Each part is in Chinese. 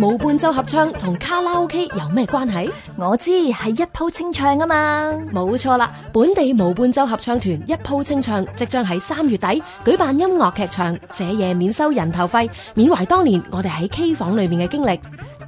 無伴奏合唱同卡拉 OK 有咩關係？我知係一鋪清唱啊嘛！冇錯啦，本地無伴奏合唱團一鋪清唱，即將喺三月底舉辦音樂劇場《這夜免收人頭費》，緬懷當年我哋喺 K 房裏面嘅經歷。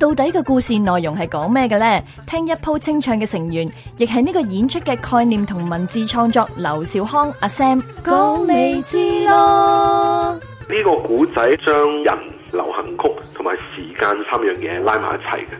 到底個故事內容係講咩嘅呢？聽一鋪清唱嘅成員，亦係呢個演出嘅概念同文字創作，劉兆康阿 Sam 講你知咯。呢個古仔將人、流行曲同埋時間三樣嘢拉埋一齊嘅。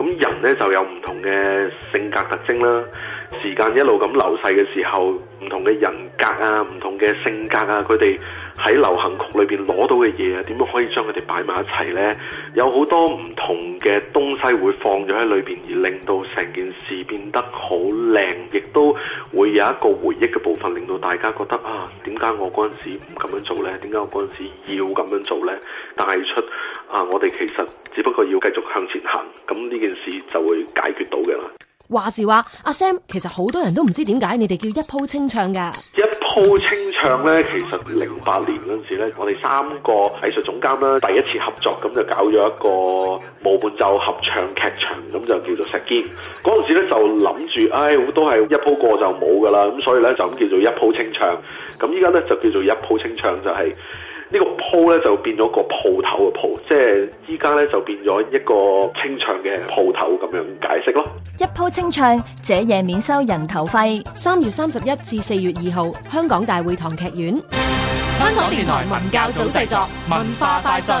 咁人呢就有唔同嘅性格特徵啦，時間一路咁流逝嘅時候，唔同嘅人格啊，唔同嘅性格啊，佢哋喺流行曲裏邊攞到嘅嘢啊，點樣可以將佢哋擺埋一齊呢？有好多唔同嘅東西會放咗喺裏邊，而令到成件事變得好靚，亦都會有一個回憶嘅部分，令到大家覺得啊，點解我嗰陣時唔咁樣做呢？點解我嗰陣時要咁樣做呢？帶出啊，我哋其實只不過要繼續向前行，咁呢件事就會解決到嘅啦。話時話，阿 Sam 其實好多人都唔知點解你哋叫一鋪清唱㗎。一鋪清唱呢，其實零八年嗰陣時咧，我哋三個藝術總監啦，第一次合作咁就搞咗一個無伴奏合唱劇場，咁就叫做石堅。嗰陣時咧就諗住，唉，都係一鋪過就冇噶啦，咁所以呢，就咁叫做一鋪清唱。咁依家呢，就叫做一鋪清唱，就係、呢個鋪咧就變咗個鋪頭嘅鋪，即係依家咧就變咗一個清唱嘅鋪頭咁樣解釋咯。一鋪清唱，這夜免收人頭費。三月三十一至四月二號，香港大會堂劇院。香港電台文教組製作，文化快訊。